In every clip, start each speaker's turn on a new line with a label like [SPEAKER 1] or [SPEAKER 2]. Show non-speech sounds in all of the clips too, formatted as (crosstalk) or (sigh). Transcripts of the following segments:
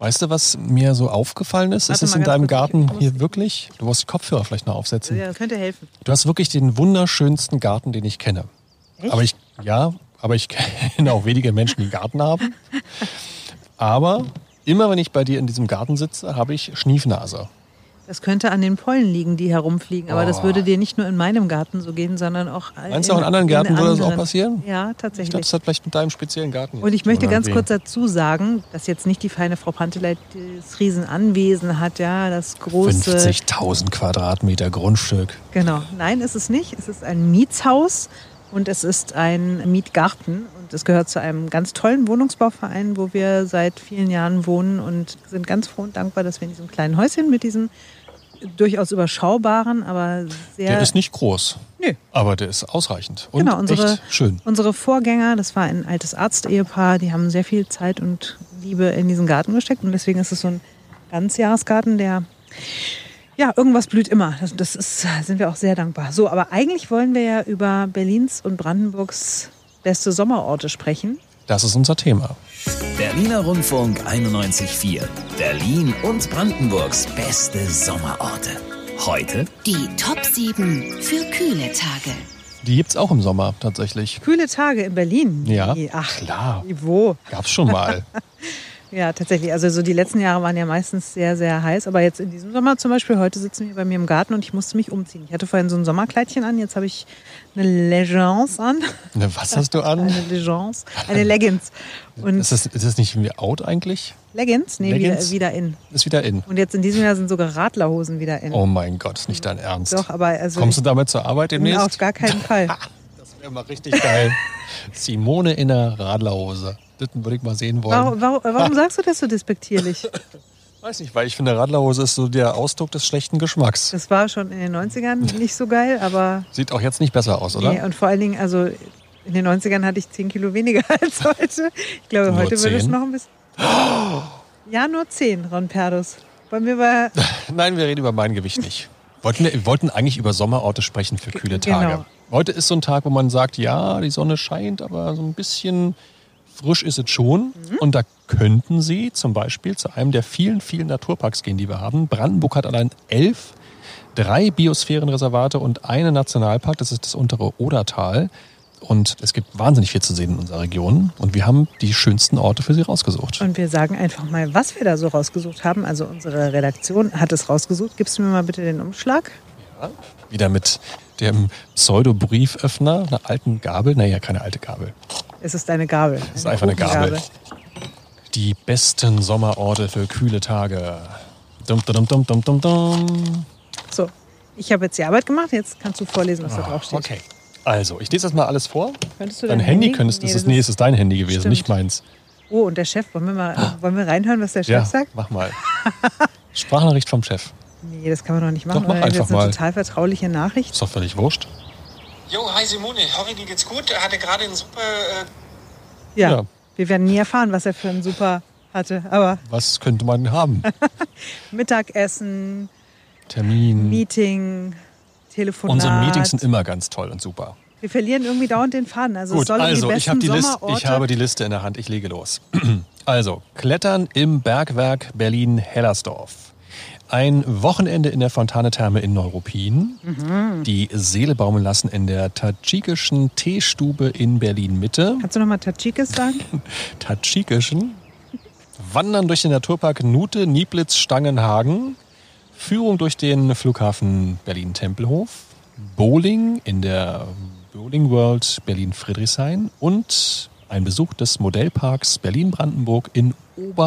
[SPEAKER 1] Weißt du, was mir so aufgefallen ist?
[SPEAKER 2] Warte
[SPEAKER 1] ist es
[SPEAKER 2] mal
[SPEAKER 1] in
[SPEAKER 2] ganz
[SPEAKER 1] deinem
[SPEAKER 2] kurz, ich-
[SPEAKER 1] Garten
[SPEAKER 2] ich muss-
[SPEAKER 1] hier wirklich? Du musst die Kopfhörer vielleicht noch aufsetzen.
[SPEAKER 2] Ja, könnte helfen.
[SPEAKER 1] Du hast wirklich den wunderschönsten Garten, den ich kenne. Aber ich, ja, aber ich (laughs) kenne auch wenige Menschen, die einen Garten haben. Aber immer wenn ich bei dir in diesem Garten sitze, habe ich Schniefnase.
[SPEAKER 2] Das könnte an den Pollen liegen, die herumfliegen. Aber das
[SPEAKER 1] Oh.
[SPEAKER 2] würde dir nicht nur in meinem Garten so gehen, sondern auch
[SPEAKER 1] Meinst du, auch in anderen Gärten würde das auch passieren?
[SPEAKER 2] Ja,
[SPEAKER 1] Ich glaube,
[SPEAKER 2] tatsächlich.
[SPEAKER 1] es hat vielleicht mit deinem speziellen Garten.
[SPEAKER 2] und ich möchte
[SPEAKER 1] oder
[SPEAKER 2] ganz
[SPEAKER 1] wen.
[SPEAKER 2] kurz dazu sagen, dass jetzt nicht die feine Frau Panteleit das Riesenanwesen hat, ja, das große.
[SPEAKER 1] 50.000 Quadratmeter Grundstück.
[SPEAKER 2] Genau. Nein, ist es nicht. Es ist ein Mietshaus und es ist ein Mietgarten. Und es gehört zu einem ganz tollen Wohnungsbauverein, wo wir seit vielen Jahren wohnen und sind ganz froh und dankbar, dass wir in diesem kleinen Häuschen mit diesem durchaus überschaubaren, aber sehr.
[SPEAKER 1] Der ist nicht groß,
[SPEAKER 2] Nö.
[SPEAKER 1] aber der ist ausreichend und
[SPEAKER 2] Genau, unsere,
[SPEAKER 1] echt schön.
[SPEAKER 2] unsere Vorgänger, das war ein altes Arztehepaar, die haben sehr viel Zeit und Liebe in diesen Garten gesteckt und deswegen ist es so ein Ganzjahresgarten, der ja, irgendwas blüht immer. Das, das ist, sind wir auch sehr dankbar. So, aber eigentlich wollen wir ja über Berlins und Brandenburgs beste Sommerorte sprechen.
[SPEAKER 1] Das ist unser Thema.
[SPEAKER 3] Berliner Rundfunk 91.4. Berlin und Brandenburgs beste Sommerorte. Heute
[SPEAKER 4] Die Top 7 für kühle Tage.
[SPEAKER 1] Die gibt es auch im Sommer tatsächlich.
[SPEAKER 2] Kühle Tage in Berlin.
[SPEAKER 1] Ja,
[SPEAKER 2] Die- Ach,
[SPEAKER 1] klar.
[SPEAKER 2] wo?
[SPEAKER 1] Gab's schon mal.
[SPEAKER 2] Ja, tatsächlich. Also so die letzten Jahre waren ja meistens sehr, sehr heiß. Aber jetzt in diesem Sommer zum Beispiel, heute sitzen wir bei mir im Garten und ich musste mich umziehen. Ich hatte vorhin so ein Sommerkleidchen an, jetzt habe ich eine Leggings an. (laughs)
[SPEAKER 1] Ne, Was hast du an?
[SPEAKER 2] Eine Leggings. Eine Leggings. Und
[SPEAKER 1] Ist das, ist das nicht wie out eigentlich?
[SPEAKER 2] Leggings? Nee,
[SPEAKER 1] Leggings?
[SPEAKER 2] Wieder, wieder in.
[SPEAKER 1] Ist wieder in.
[SPEAKER 2] Und jetzt in diesem Jahr sind sogar Radlerhosen wieder in.
[SPEAKER 1] Oh mein Gott, ist nicht dein Ernst.
[SPEAKER 2] Doch, aber also
[SPEAKER 1] Kommst du damit zur Arbeit
[SPEAKER 2] ich, auf
[SPEAKER 1] demnächst?
[SPEAKER 2] gar
[SPEAKER 1] (laughs)
[SPEAKER 2] keinen Fall.
[SPEAKER 1] Das wäre mal richtig geil. (laughs) Simone in der Radlerhose. Das würde ich mal sehen wollen.
[SPEAKER 2] Warum, warum, warum sagst du das so despektierlich?
[SPEAKER 1] Weiß nicht, weil ich finde, Radlerhose ist so der Ausdruck des schlechten Geschmacks.
[SPEAKER 2] Das war schon in den 90ern nicht so geil, aber
[SPEAKER 1] Sieht auch jetzt nicht besser aus, oder?
[SPEAKER 2] Nee, und vor allen Dingen, also in den 90ern hatte ich 10 Kilo weniger (laughs) als heute. Ich glaube,
[SPEAKER 1] Nur
[SPEAKER 2] heute würde es
[SPEAKER 1] 10?
[SPEAKER 2] noch ein bisschen. (gasps) Ja, nur 10, Ron Perdus. Bei
[SPEAKER 1] (laughs)
[SPEAKER 2] mir war.
[SPEAKER 1] Nein, wir reden über mein Gewicht nicht. Wollten wir, wir wollten eigentlich über Sommerorte sprechen für kühle
[SPEAKER 2] Genau.
[SPEAKER 1] Tage. Heute ist so ein Tag, wo man sagt, ja, die Sonne scheint, aber so ein bisschen frisch ist es schon. Und da könnten Sie zum Beispiel zu einem der vielen, vielen Naturparks gehen, die wir haben. Brandenburg hat allein elf, drei Biosphärenreservate und einen Nationalpark. Das ist das untere Odertal. Und es gibt wahnsinnig viel zu sehen in unserer Region. Und wir haben die schönsten Orte für Sie rausgesucht.
[SPEAKER 2] Und wir sagen einfach mal, was wir da so rausgesucht haben. Also unsere Redaktion hat es rausgesucht. Gibst du mir mal bitte den Umschlag?
[SPEAKER 1] Wieder mit dem Pseudo-Brieföffner, einer alten Gabel. Naja, keine alte Gabel.
[SPEAKER 2] Es ist eine Gabel.
[SPEAKER 1] Das ist einfach eine Gabel. Die besten Sommerorte für kühle Tage. Dum, dum, dum, dum, dum, dum.
[SPEAKER 2] So, ich habe jetzt die Arbeit gemacht. Jetzt kannst du vorlesen, was da drauf steht.
[SPEAKER 1] Ah, Okay. Also, ich lese das mal alles vor.
[SPEAKER 2] Könntest du
[SPEAKER 1] Dein
[SPEAKER 2] dein
[SPEAKER 1] Handy,
[SPEAKER 2] Handy?
[SPEAKER 1] könntest du.
[SPEAKER 2] Nee,
[SPEAKER 1] Nee,
[SPEAKER 2] das
[SPEAKER 1] nee,
[SPEAKER 2] ist-
[SPEAKER 1] es ist dein Handy gewesen,
[SPEAKER 2] Stimmt.
[SPEAKER 1] nicht meins.
[SPEAKER 2] Oh, und der Chef, wollen wir mal wollen wir reinhören, was der Chef
[SPEAKER 1] Ja,
[SPEAKER 2] sagt?
[SPEAKER 1] mach
[SPEAKER 2] (laughs)
[SPEAKER 1] mal. Sprachnachricht vom Chef.
[SPEAKER 2] Nee, das kann man doch nicht machen.
[SPEAKER 1] Doch, mach
[SPEAKER 2] weil das
[SPEAKER 1] einfach
[SPEAKER 2] ist eine
[SPEAKER 1] mal.
[SPEAKER 2] total vertrauliche Nachricht.
[SPEAKER 1] Ist doch völlig wurscht.
[SPEAKER 5] Jo, hi Simone, ich hoffe, dir geht's gut. Hatte gerade einen super äh,
[SPEAKER 2] Ja.
[SPEAKER 1] Ja.
[SPEAKER 2] Wir werden nie erfahren, was er für einen Super hatte. Aber
[SPEAKER 1] Was könnte man
[SPEAKER 2] (laughs)
[SPEAKER 1] haben?
[SPEAKER 2] Mittagessen,
[SPEAKER 1] Termin.
[SPEAKER 2] Meeting, Telefonat.
[SPEAKER 1] Unsere Meetings sind immer ganz toll und super.
[SPEAKER 2] Wir verlieren irgendwie dauernd den Faden. Also es
[SPEAKER 1] Gut,
[SPEAKER 2] soll um
[SPEAKER 1] also
[SPEAKER 2] die
[SPEAKER 1] ich,
[SPEAKER 2] besten
[SPEAKER 1] hab die List,
[SPEAKER 2] Sommerorte.
[SPEAKER 1] ich habe die Liste in der Hand, ich lege los. (clears throat) Also, Klettern im Bergwerk Berlin-Hellersdorf. Ein Wochenende in der Fontanetherme in Neuruppin.
[SPEAKER 2] Mhm.
[SPEAKER 1] Die Seele baumeln lassen in der tadschikischen Teestube in Berlin-Mitte.
[SPEAKER 2] Kannst du nochmal Tatschikis sagen?
[SPEAKER 1] Tadschikischen. Wandern durch den Naturpark Nute, Nieblitz, Stangenhagen. Führung durch den Flughafen Berlin-Tempelhof. Bowling in der Bowling World Berlin-Friedrichshain. Und ein Besuch des Modellparks Berlin-Brandenburg in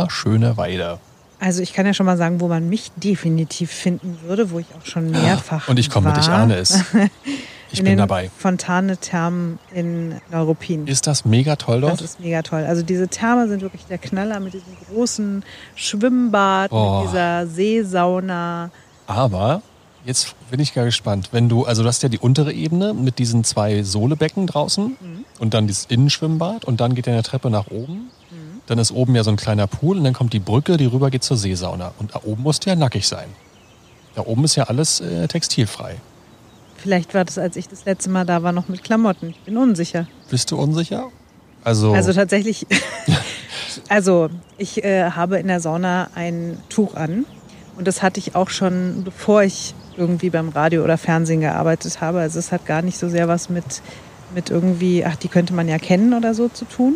[SPEAKER 1] Oberschöneweide.
[SPEAKER 2] Also ich kann ja schon mal sagen, wo man mich definitiv finden würde, wo ich auch schon mehrfach
[SPEAKER 1] Und ich komme mit, ich
[SPEAKER 2] war.
[SPEAKER 1] ahne
[SPEAKER 2] (laughs)
[SPEAKER 1] es. Ich bin
[SPEAKER 2] in den
[SPEAKER 1] dabei.
[SPEAKER 2] Fontane-Thermen in Neuruppin.
[SPEAKER 1] Ist das mega toll
[SPEAKER 2] Das
[SPEAKER 1] dort?
[SPEAKER 2] ist mega toll. Also diese Therme sind wirklich der Knaller mit diesem großen Schwimmbad,
[SPEAKER 1] Oh.
[SPEAKER 2] mit dieser Seesauna.
[SPEAKER 1] Aber jetzt bin ich gar gespannt. Wenn du, also du hast ja die untere Ebene mit diesen zwei Sohlebecken draußen
[SPEAKER 2] Mhm.
[SPEAKER 1] und dann dieses Innenschwimmbad und dann geht ja eine Treppe nach oben.
[SPEAKER 2] Mhm.
[SPEAKER 1] Dann ist oben ja so ein kleiner Pool und dann kommt die Brücke, die rüber geht zur Seesauna. Und da oben musst du ja nackig sein. Da oben ist ja alles äh, textilfrei.
[SPEAKER 2] Vielleicht war das, als ich das letzte Mal da war, noch mit Klamotten. Ich bin unsicher.
[SPEAKER 1] Bist du unsicher? Also,
[SPEAKER 2] Also tatsächlich Also, ich äh, habe in der Sauna ein Tuch an. Und das hatte ich auch schon, bevor ich irgendwie beim Radio oder Fernsehen gearbeitet habe. Also, es hat gar nicht so sehr was mit, mit irgendwie, ach, die könnte man ja kennen oder so zu tun.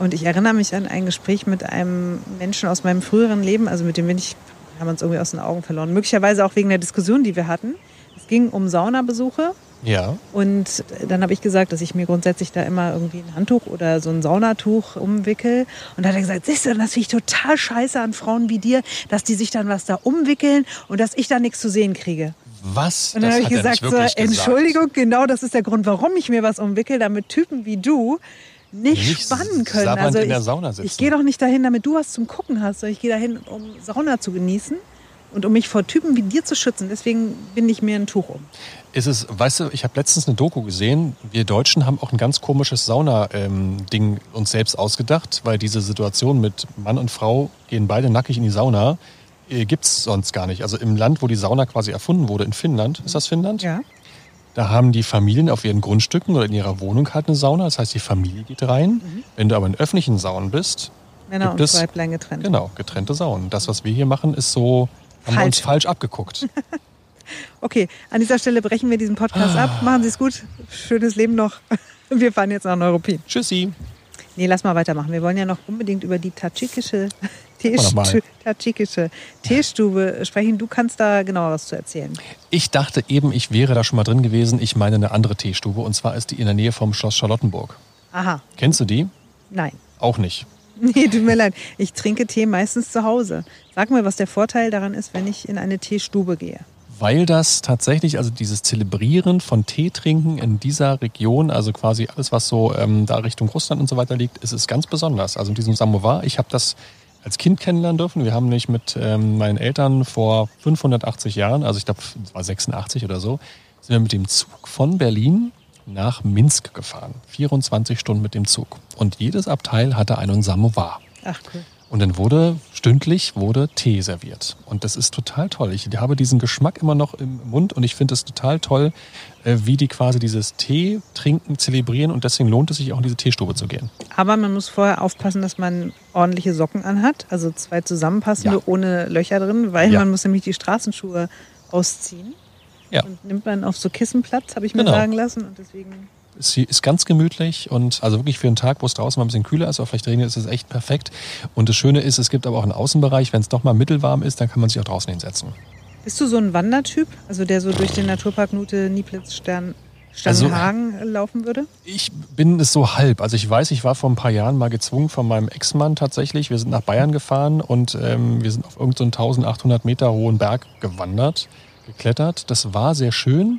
[SPEAKER 2] Und ich erinnere mich an ein Gespräch mit einem Menschen aus meinem früheren Leben, also mit dem bin ich, haben wir uns irgendwie aus den Augen verloren. Möglicherweise auch wegen der Diskussion, die wir hatten. Es ging um Saunabesuche
[SPEAKER 1] Ja.
[SPEAKER 2] und dann habe ich gesagt, dass ich mir grundsätzlich da immer irgendwie ein Handtuch oder so ein Saunatuch umwickel. Und da hat er gesagt, siehst du, das finde ich total scheiße an Frauen wie dir, dass die sich dann was da umwickeln und dass ich da nichts zu sehen kriege.
[SPEAKER 1] Was?
[SPEAKER 2] Und dann
[SPEAKER 1] Das
[SPEAKER 2] habe ich
[SPEAKER 1] hat er
[SPEAKER 2] gesagt,
[SPEAKER 1] nicht
[SPEAKER 2] so,
[SPEAKER 1] wirklich gesagt.
[SPEAKER 2] Entschuldigung, genau das ist der Grund, warum ich mir was umwickel, damit Typen wie du nicht,
[SPEAKER 1] Nicht
[SPEAKER 2] spannen können.
[SPEAKER 1] sabbernd
[SPEAKER 2] Also
[SPEAKER 1] in der
[SPEAKER 2] ich-
[SPEAKER 1] Sauna sitzen.
[SPEAKER 2] Ich gehe doch nicht dahin, damit du was zum Gucken hast, sondern ich gehe dahin, um Sauna zu genießen und um mich vor Typen wie dir zu schützen. Deswegen binde ich mir ein Tuch um.
[SPEAKER 1] Ist es, weißt du, ich habe letztens eine Doku gesehen. Wir Deutschen haben auch ein ganz komisches Sauna-Ding uns selbst ausgedacht, weil diese Situation mit Mann und Frau gehen beide nackig in die Sauna äh, gibt's sonst gar nicht. Also im Land, wo die Sauna quasi erfunden wurde, in Finnland, ist das Finnland?
[SPEAKER 2] Ja.
[SPEAKER 1] Da haben die Familien auf ihren Grundstücken oder in ihrer Wohnung halt eine Sauna. Das heißt, die Familie geht rein.
[SPEAKER 2] Mhm.
[SPEAKER 1] Wenn du aber in öffentlichen Saunen bist,
[SPEAKER 2] Männer
[SPEAKER 1] Gibt
[SPEAKER 2] und
[SPEAKER 1] es-
[SPEAKER 2] Weiblein getrennt.
[SPEAKER 1] genau, getrennte Saunen. Das, was wir hier machen, ist so, haben wir uns
[SPEAKER 2] Falsch.
[SPEAKER 1] falsch
[SPEAKER 2] (laughs)
[SPEAKER 1] abgeguckt.
[SPEAKER 2] Okay, an dieser Stelle brechen wir diesen Podcast
[SPEAKER 1] Ah.
[SPEAKER 2] ab. Machen Sie es gut. Schönes Leben noch. (laughs) Wir fahren jetzt nach Neuruppin.
[SPEAKER 1] Tschüssi.
[SPEAKER 2] Nee, lass mal weitermachen. Wir wollen ja noch unbedingt über
[SPEAKER 1] (laughs)
[SPEAKER 2] die tatschikische,
[SPEAKER 1] Guck mal noch mal.
[SPEAKER 2] Teestu- tatschikische Teestube sprechen. Du kannst da genauer was zu erzählen.
[SPEAKER 1] Ich dachte eben, ich wäre da schon mal drin gewesen. Ich meine eine andere Teestube und zwar ist die in der Nähe vom Schloss Charlottenburg.
[SPEAKER 2] Aha,
[SPEAKER 1] Kennst du die?
[SPEAKER 2] nein. (laughs)
[SPEAKER 1] Auch nicht.
[SPEAKER 2] Nee, tut mir leid. Ich trinke Tee meistens zu Hause. Sag mir, was der Vorteil daran ist, wenn ich in eine Teestube gehe.
[SPEAKER 1] Weil das tatsächlich, also dieses Zelebrieren von Teetrinken in dieser Region, also quasi alles, was so ähm, da Richtung Russland und so weiter liegt, ist es ganz besonders. Also in diesem Samovar, ich habe das als Kind kennenlernen dürfen. Wir haben nämlich mit ähm, meinen Eltern vor 580 Jahren, also ich glaube, es war 86 oder so, sind wir mit dem Zug von Berlin nach Minsk gefahren. 24 Stunden mit dem Zug. Und jedes Abteil hatte einen Samovar.
[SPEAKER 2] Ach cool.
[SPEAKER 1] Und dann wurde stündlich wurde Tee serviert. Und das ist total toll. Ich habe diesen Geschmack immer noch im Mund und ich finde es total toll, äh, wie die quasi dieses Tee trinken, zelebrieren. Und deswegen lohnt es sich auch in diese Teestube zu gehen.
[SPEAKER 2] Aber man muss vorher aufpassen, dass man ordentliche Socken anhat. Also zwei zusammenpassende
[SPEAKER 1] Ja.
[SPEAKER 2] ohne Löcher drin, weil
[SPEAKER 1] Ja.
[SPEAKER 2] man muss nämlich die Straßenschuhe ausziehen.
[SPEAKER 1] Ja.
[SPEAKER 2] Und nimmt man auf so Kissen Platz, habe ich mir
[SPEAKER 1] Genau.
[SPEAKER 2] sagen lassen. Und deswegen
[SPEAKER 1] Es hier ist ganz gemütlich und also wirklich für einen Tag, wo es draußen mal ein bisschen kühler ist, oder vielleicht regnet, ist es echt perfekt. Und das Schöne ist, es gibt aber auch einen Außenbereich. Wenn es doch mal mittelwarm ist, dann kann man sich auch draußen hinsetzen.
[SPEAKER 2] Bist du so ein Wandertyp? Also der so durch den Naturpark Nute, Nieplitz, Stern,
[SPEAKER 1] Also-
[SPEAKER 2] Sternhagen laufen würde?
[SPEAKER 1] Ich bin es so halb. Also ich weiß, ich war vor ein paar Jahren mal gezwungen von meinem Ex-Mann tatsächlich. Wir sind nach Bayern gefahren und ähm, wir sind auf irgendeinen 1800 Meter hohen Berg gewandert, geklettert. Das war sehr schön.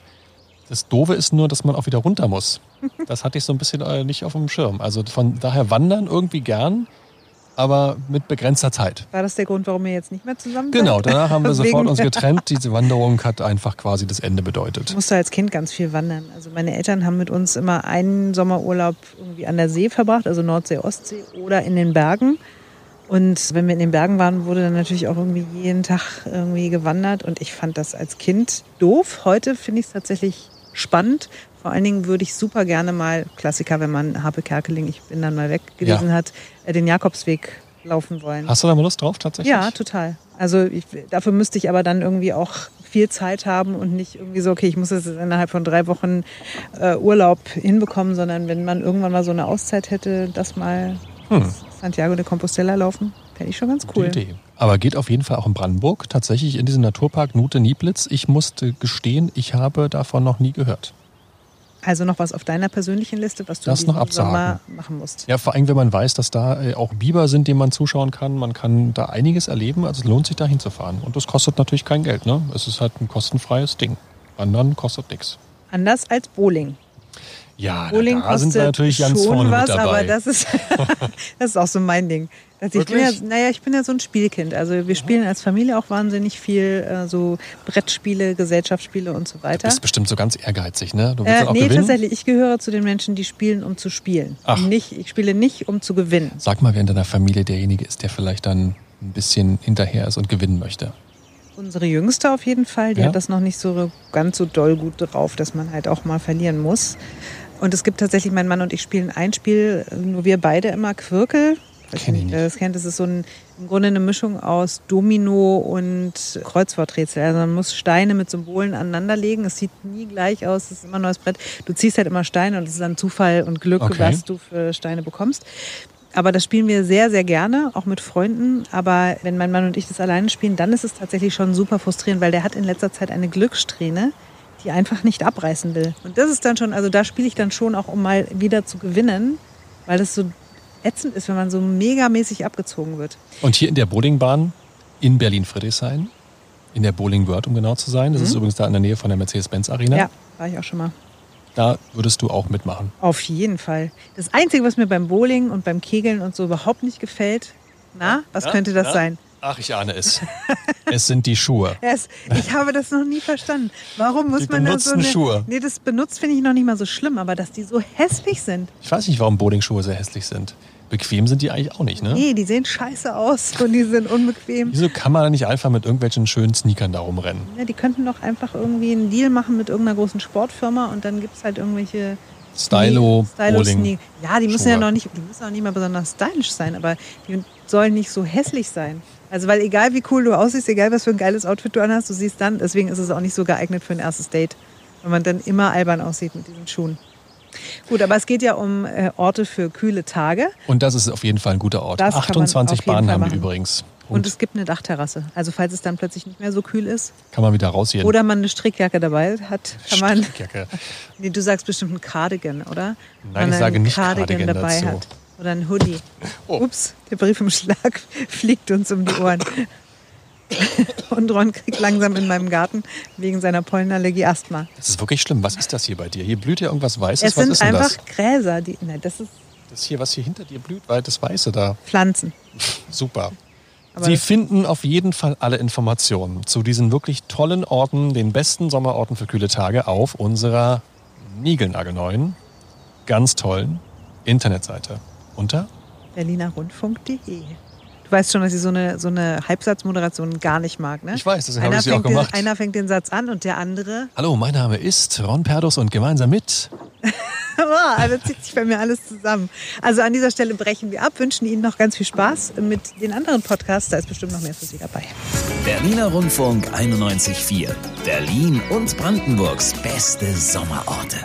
[SPEAKER 1] Das Doofe ist nur, dass man auch wieder runter
[SPEAKER 2] (laughs)
[SPEAKER 1] muss. Das hatte ich so ein bisschen äh, nicht auf dem Schirm. Also von daher wandern irgendwie gern, aber mit begrenzter Zeit.
[SPEAKER 2] War das der Grund, warum ihr jetzt nicht mehr zusammen seid?
[SPEAKER 1] Genau, danach haben wir sofort
[SPEAKER 2] (laughs) Wegen-
[SPEAKER 1] uns getrennt. Diese Wanderung hat einfach quasi das Ende bedeutet.
[SPEAKER 2] Ich musste als Kind ganz viel wandern. Also meine Eltern haben mit uns immer einen Sommerurlaub irgendwie an der See verbracht, also Nordsee, Ostsee oder in den Bergen. Und wenn wir in den Bergen waren, wurde dann natürlich auch irgendwie jeden Tag irgendwie gewandert. Und ich fand das als Kind doof. Heute finde ich es tatsächlich spannend. Vor allen Dingen würde ich super gerne mal, Klassiker, wenn man Harpe Kerkeling, ich bin dann mal weg gewesen
[SPEAKER 1] Ja.
[SPEAKER 2] hat, äh, den Jakobsweg laufen wollen.
[SPEAKER 1] Hast du da mal Lust drauf tatsächlich?
[SPEAKER 2] Ja, total. Also ich, dafür müsste ich aber dann irgendwie auch viel Zeit haben und nicht irgendwie so, okay, ich muss das jetzt innerhalb von drei Wochen äh, Urlaub hinbekommen, sondern wenn man irgendwann mal so eine Auszeit hätte, das mal
[SPEAKER 1] Hm.
[SPEAKER 2] Santiago de Compostela laufen, fände ich schon ganz cool.
[SPEAKER 1] Gute Idee. Aber geht auf jeden Fall auch in Brandenburg tatsächlich in diesen Naturpark Nute Nieblitz. Ich musste gestehen, ich habe davon noch nie gehört.
[SPEAKER 2] Also noch was auf deiner persönlichen Liste, was du
[SPEAKER 1] Das
[SPEAKER 2] in diesem
[SPEAKER 1] noch abzuhaken.
[SPEAKER 2] Sommer machen musst.
[SPEAKER 1] Ja, vor allem, wenn man weiß, dass da äh, auch Biber sind, denen man zuschauen kann. Man kann da einiges erleben. Also es lohnt sich, da hinzufahren. Und das kostet natürlich kein Geld. Ne? Es ist halt ein kostenfreies Ding. Wandern kostet nichts.
[SPEAKER 2] Anders als Bowling.
[SPEAKER 1] Ja, na,
[SPEAKER 2] Bowling
[SPEAKER 1] da sind wir
[SPEAKER 2] kostet
[SPEAKER 1] natürlich ganz
[SPEAKER 2] schon
[SPEAKER 1] vorne
[SPEAKER 2] was,
[SPEAKER 1] mit dabei.
[SPEAKER 2] aber das ist, (laughs) das ist auch so mein Ding. Dass ich bin ja,
[SPEAKER 1] Wirklich?
[SPEAKER 2] naja, ich bin ja so ein Spielkind. Also wir spielen als Familie auch wahnsinnig viel äh, so Brettspiele, Gesellschaftsspiele und so
[SPEAKER 1] du
[SPEAKER 2] weiter.
[SPEAKER 1] bist bestimmt so ganz ehrgeizig, ne? Du willst
[SPEAKER 2] Äh,
[SPEAKER 1] dann auch
[SPEAKER 2] nee,
[SPEAKER 1] gewinnen.
[SPEAKER 2] tatsächlich, ich gehöre zu den Menschen, die spielen, um zu spielen.
[SPEAKER 1] Ach.
[SPEAKER 2] Nicht, ich spiele nicht, um zu gewinnen.
[SPEAKER 1] Sag mal, wer in deiner Familie derjenige ist, der vielleicht dann ein bisschen hinterher ist und gewinnen möchte.
[SPEAKER 2] Unsere Jüngste auf jeden Fall, die
[SPEAKER 1] Ja.
[SPEAKER 2] hat das noch nicht so ganz so doll gut drauf, dass man halt auch mal verlieren muss. Und es gibt tatsächlich, mein Mann und ich spielen ein Spiel, nur wir beide immer Quirkel. Weiß
[SPEAKER 1] Kenn ich
[SPEAKER 2] wer Das kennt, das ist so ein, im Grunde eine Mischung aus Domino und Kreuzworträtsel. Also man muss Steine mit Symbolen aneinanderlegen. Es sieht nie gleich aus, es ist immer ein neues Brett. Du ziehst halt immer Steine und es ist dann Zufall und Glück,
[SPEAKER 1] Okay.
[SPEAKER 2] was du für Steine bekommst. Aber das spielen wir sehr, sehr gerne, auch mit Freunden. Aber wenn mein Mann und ich das alleine spielen, dann ist es tatsächlich schon super frustrierend, weil der hat in letzter Zeit eine Glückssträhne, die einfach nicht abreißen will. Und das ist dann schon, also da spiele ich dann schon auch, um mal wieder zu gewinnen, weil das so ätzend ist, wenn man so megamäßig abgezogen wird.
[SPEAKER 1] Und hier in der Bowlingbahn in Berlin-Friedrichshain, in der Bowling World, um genau zu sein, das ist übrigens da in der Nähe von der Mercedes-Benz-Arena,
[SPEAKER 2] Mhm. Ja. war ich auch schon mal.
[SPEAKER 1] da würdest du auch mitmachen.
[SPEAKER 2] Auf jeden Fall. Das Einzige, was mir beim Bowling und beim Kegeln und so überhaupt nicht gefällt, na, was
[SPEAKER 1] Na?
[SPEAKER 2] könnte das
[SPEAKER 1] Na?
[SPEAKER 2] sein?
[SPEAKER 1] Ach, ich ahne es. es sind die Schuhe.
[SPEAKER 2] Es,
[SPEAKER 1] (laughs)
[SPEAKER 2] ich habe das noch nie verstanden. Warum muss
[SPEAKER 1] Die
[SPEAKER 2] man da so
[SPEAKER 1] benutzten
[SPEAKER 2] eine,
[SPEAKER 1] Schuhe.
[SPEAKER 2] Nee, das benutzt finde ich noch nicht mal so schlimm, aber dass die so hässlich sind.
[SPEAKER 1] Ich weiß nicht, warum Bowlingschuhe sehr hässlich sind. Bequem sind die eigentlich auch nicht, ne?
[SPEAKER 2] Nee, die sehen scheiße aus und die sind unbequem.
[SPEAKER 1] Wieso kann man da nicht einfach mit irgendwelchen schönen Sneakern da rumrennen?
[SPEAKER 2] Ja, die könnten doch einfach irgendwie einen Deal machen mit irgendeiner großen Sportfirma und dann gibt es halt irgendwelche
[SPEAKER 1] Stylo, Bowling.
[SPEAKER 2] Sneak- Ja, die müssen
[SPEAKER 1] Schuhe.
[SPEAKER 2] ja noch nicht, die müssen auch nicht mal besonders stylisch sein, aber die sollen nicht so hässlich sein. Also weil egal wie cool du aussiehst, egal was für ein geiles Outfit du anhast, du siehst dann, deswegen ist es auch nicht so geeignet für ein erstes Date, wenn man dann immer albern aussieht mit diesen Schuhen. Gut, aber es geht ja um äh, Orte für kühle Tage
[SPEAKER 1] Und das ist auf jeden Fall ein guter Ort.
[SPEAKER 2] Das kann man
[SPEAKER 1] 28
[SPEAKER 2] auf jeden
[SPEAKER 1] Bahnen
[SPEAKER 2] Fall
[SPEAKER 1] haben die
[SPEAKER 2] machen.
[SPEAKER 1] übrigens. Oh,
[SPEAKER 2] und,
[SPEAKER 1] Und,
[SPEAKER 2] es gibt eine Dachterrasse. Also falls es dann plötzlich nicht mehr so kühl ist
[SPEAKER 1] kann man wieder raus hier.
[SPEAKER 2] oder man eine Strickjacke dabei hat, kann man
[SPEAKER 1] Genau. Strickjacke.
[SPEAKER 2] Nee, du sagst bestimmt ein Cardigan, oder?
[SPEAKER 1] Nein,
[SPEAKER 2] Wenn
[SPEAKER 1] ich
[SPEAKER 2] man
[SPEAKER 1] sage
[SPEAKER 2] einen
[SPEAKER 1] nicht Cardigan dazu.
[SPEAKER 2] Oder ein Hoodie.
[SPEAKER 1] Oh.
[SPEAKER 2] Ups, der Brief im Schlag (laughs) fliegt uns um die
[SPEAKER 1] (laughs)
[SPEAKER 2] Ohren. Und Ron kriegt langsam in meinem Garten wegen seiner Pollenallergie Asthma.
[SPEAKER 1] Das ist wirklich schlimm. Was ist das hier bei dir? Hier blüht ja irgendwas Weißes.
[SPEAKER 2] Es
[SPEAKER 1] Was
[SPEAKER 2] sind
[SPEAKER 1] ist denn
[SPEAKER 2] einfach
[SPEAKER 1] das?
[SPEAKER 2] Gräser, die. Nein, das ist
[SPEAKER 1] Das hier, was hier hinter dir blüht, weil das Weiße da.
[SPEAKER 2] Pflanzen.
[SPEAKER 1] Super.
[SPEAKER 2] Aber
[SPEAKER 1] Sie
[SPEAKER 2] das-
[SPEAKER 1] finden auf jeden Fall alle Informationen zu diesen wirklich tollen Orten, den besten Sommerorten für kühle Tage auf unserer niegelnagelneuen, ganz tollen Internetseite unter
[SPEAKER 2] Berlinerrundfunk.de. Du weißt schon, dass ich so eine, so eine Halbsatzmoderation gar nicht mag, ne?
[SPEAKER 1] Ich weiß, deswegen habe
[SPEAKER 2] Einer
[SPEAKER 1] ich sie auch
[SPEAKER 2] fängt den-
[SPEAKER 1] gemacht.
[SPEAKER 2] Einer fängt den Satz an und der andere.
[SPEAKER 1] Hallo, mein Name ist Ron Perdus und gemeinsam mit
[SPEAKER 2] Boah, also zieht sich bei mir alles zusammen. Also an dieser Stelle brechen wir ab, wünschen Ihnen noch ganz viel Spaß mit den anderen Podcasts. Da ist bestimmt noch mehr für Sie dabei.
[SPEAKER 3] Berliner Rundfunk 91.4. Berlin und Brandenburgs beste Sommerorte.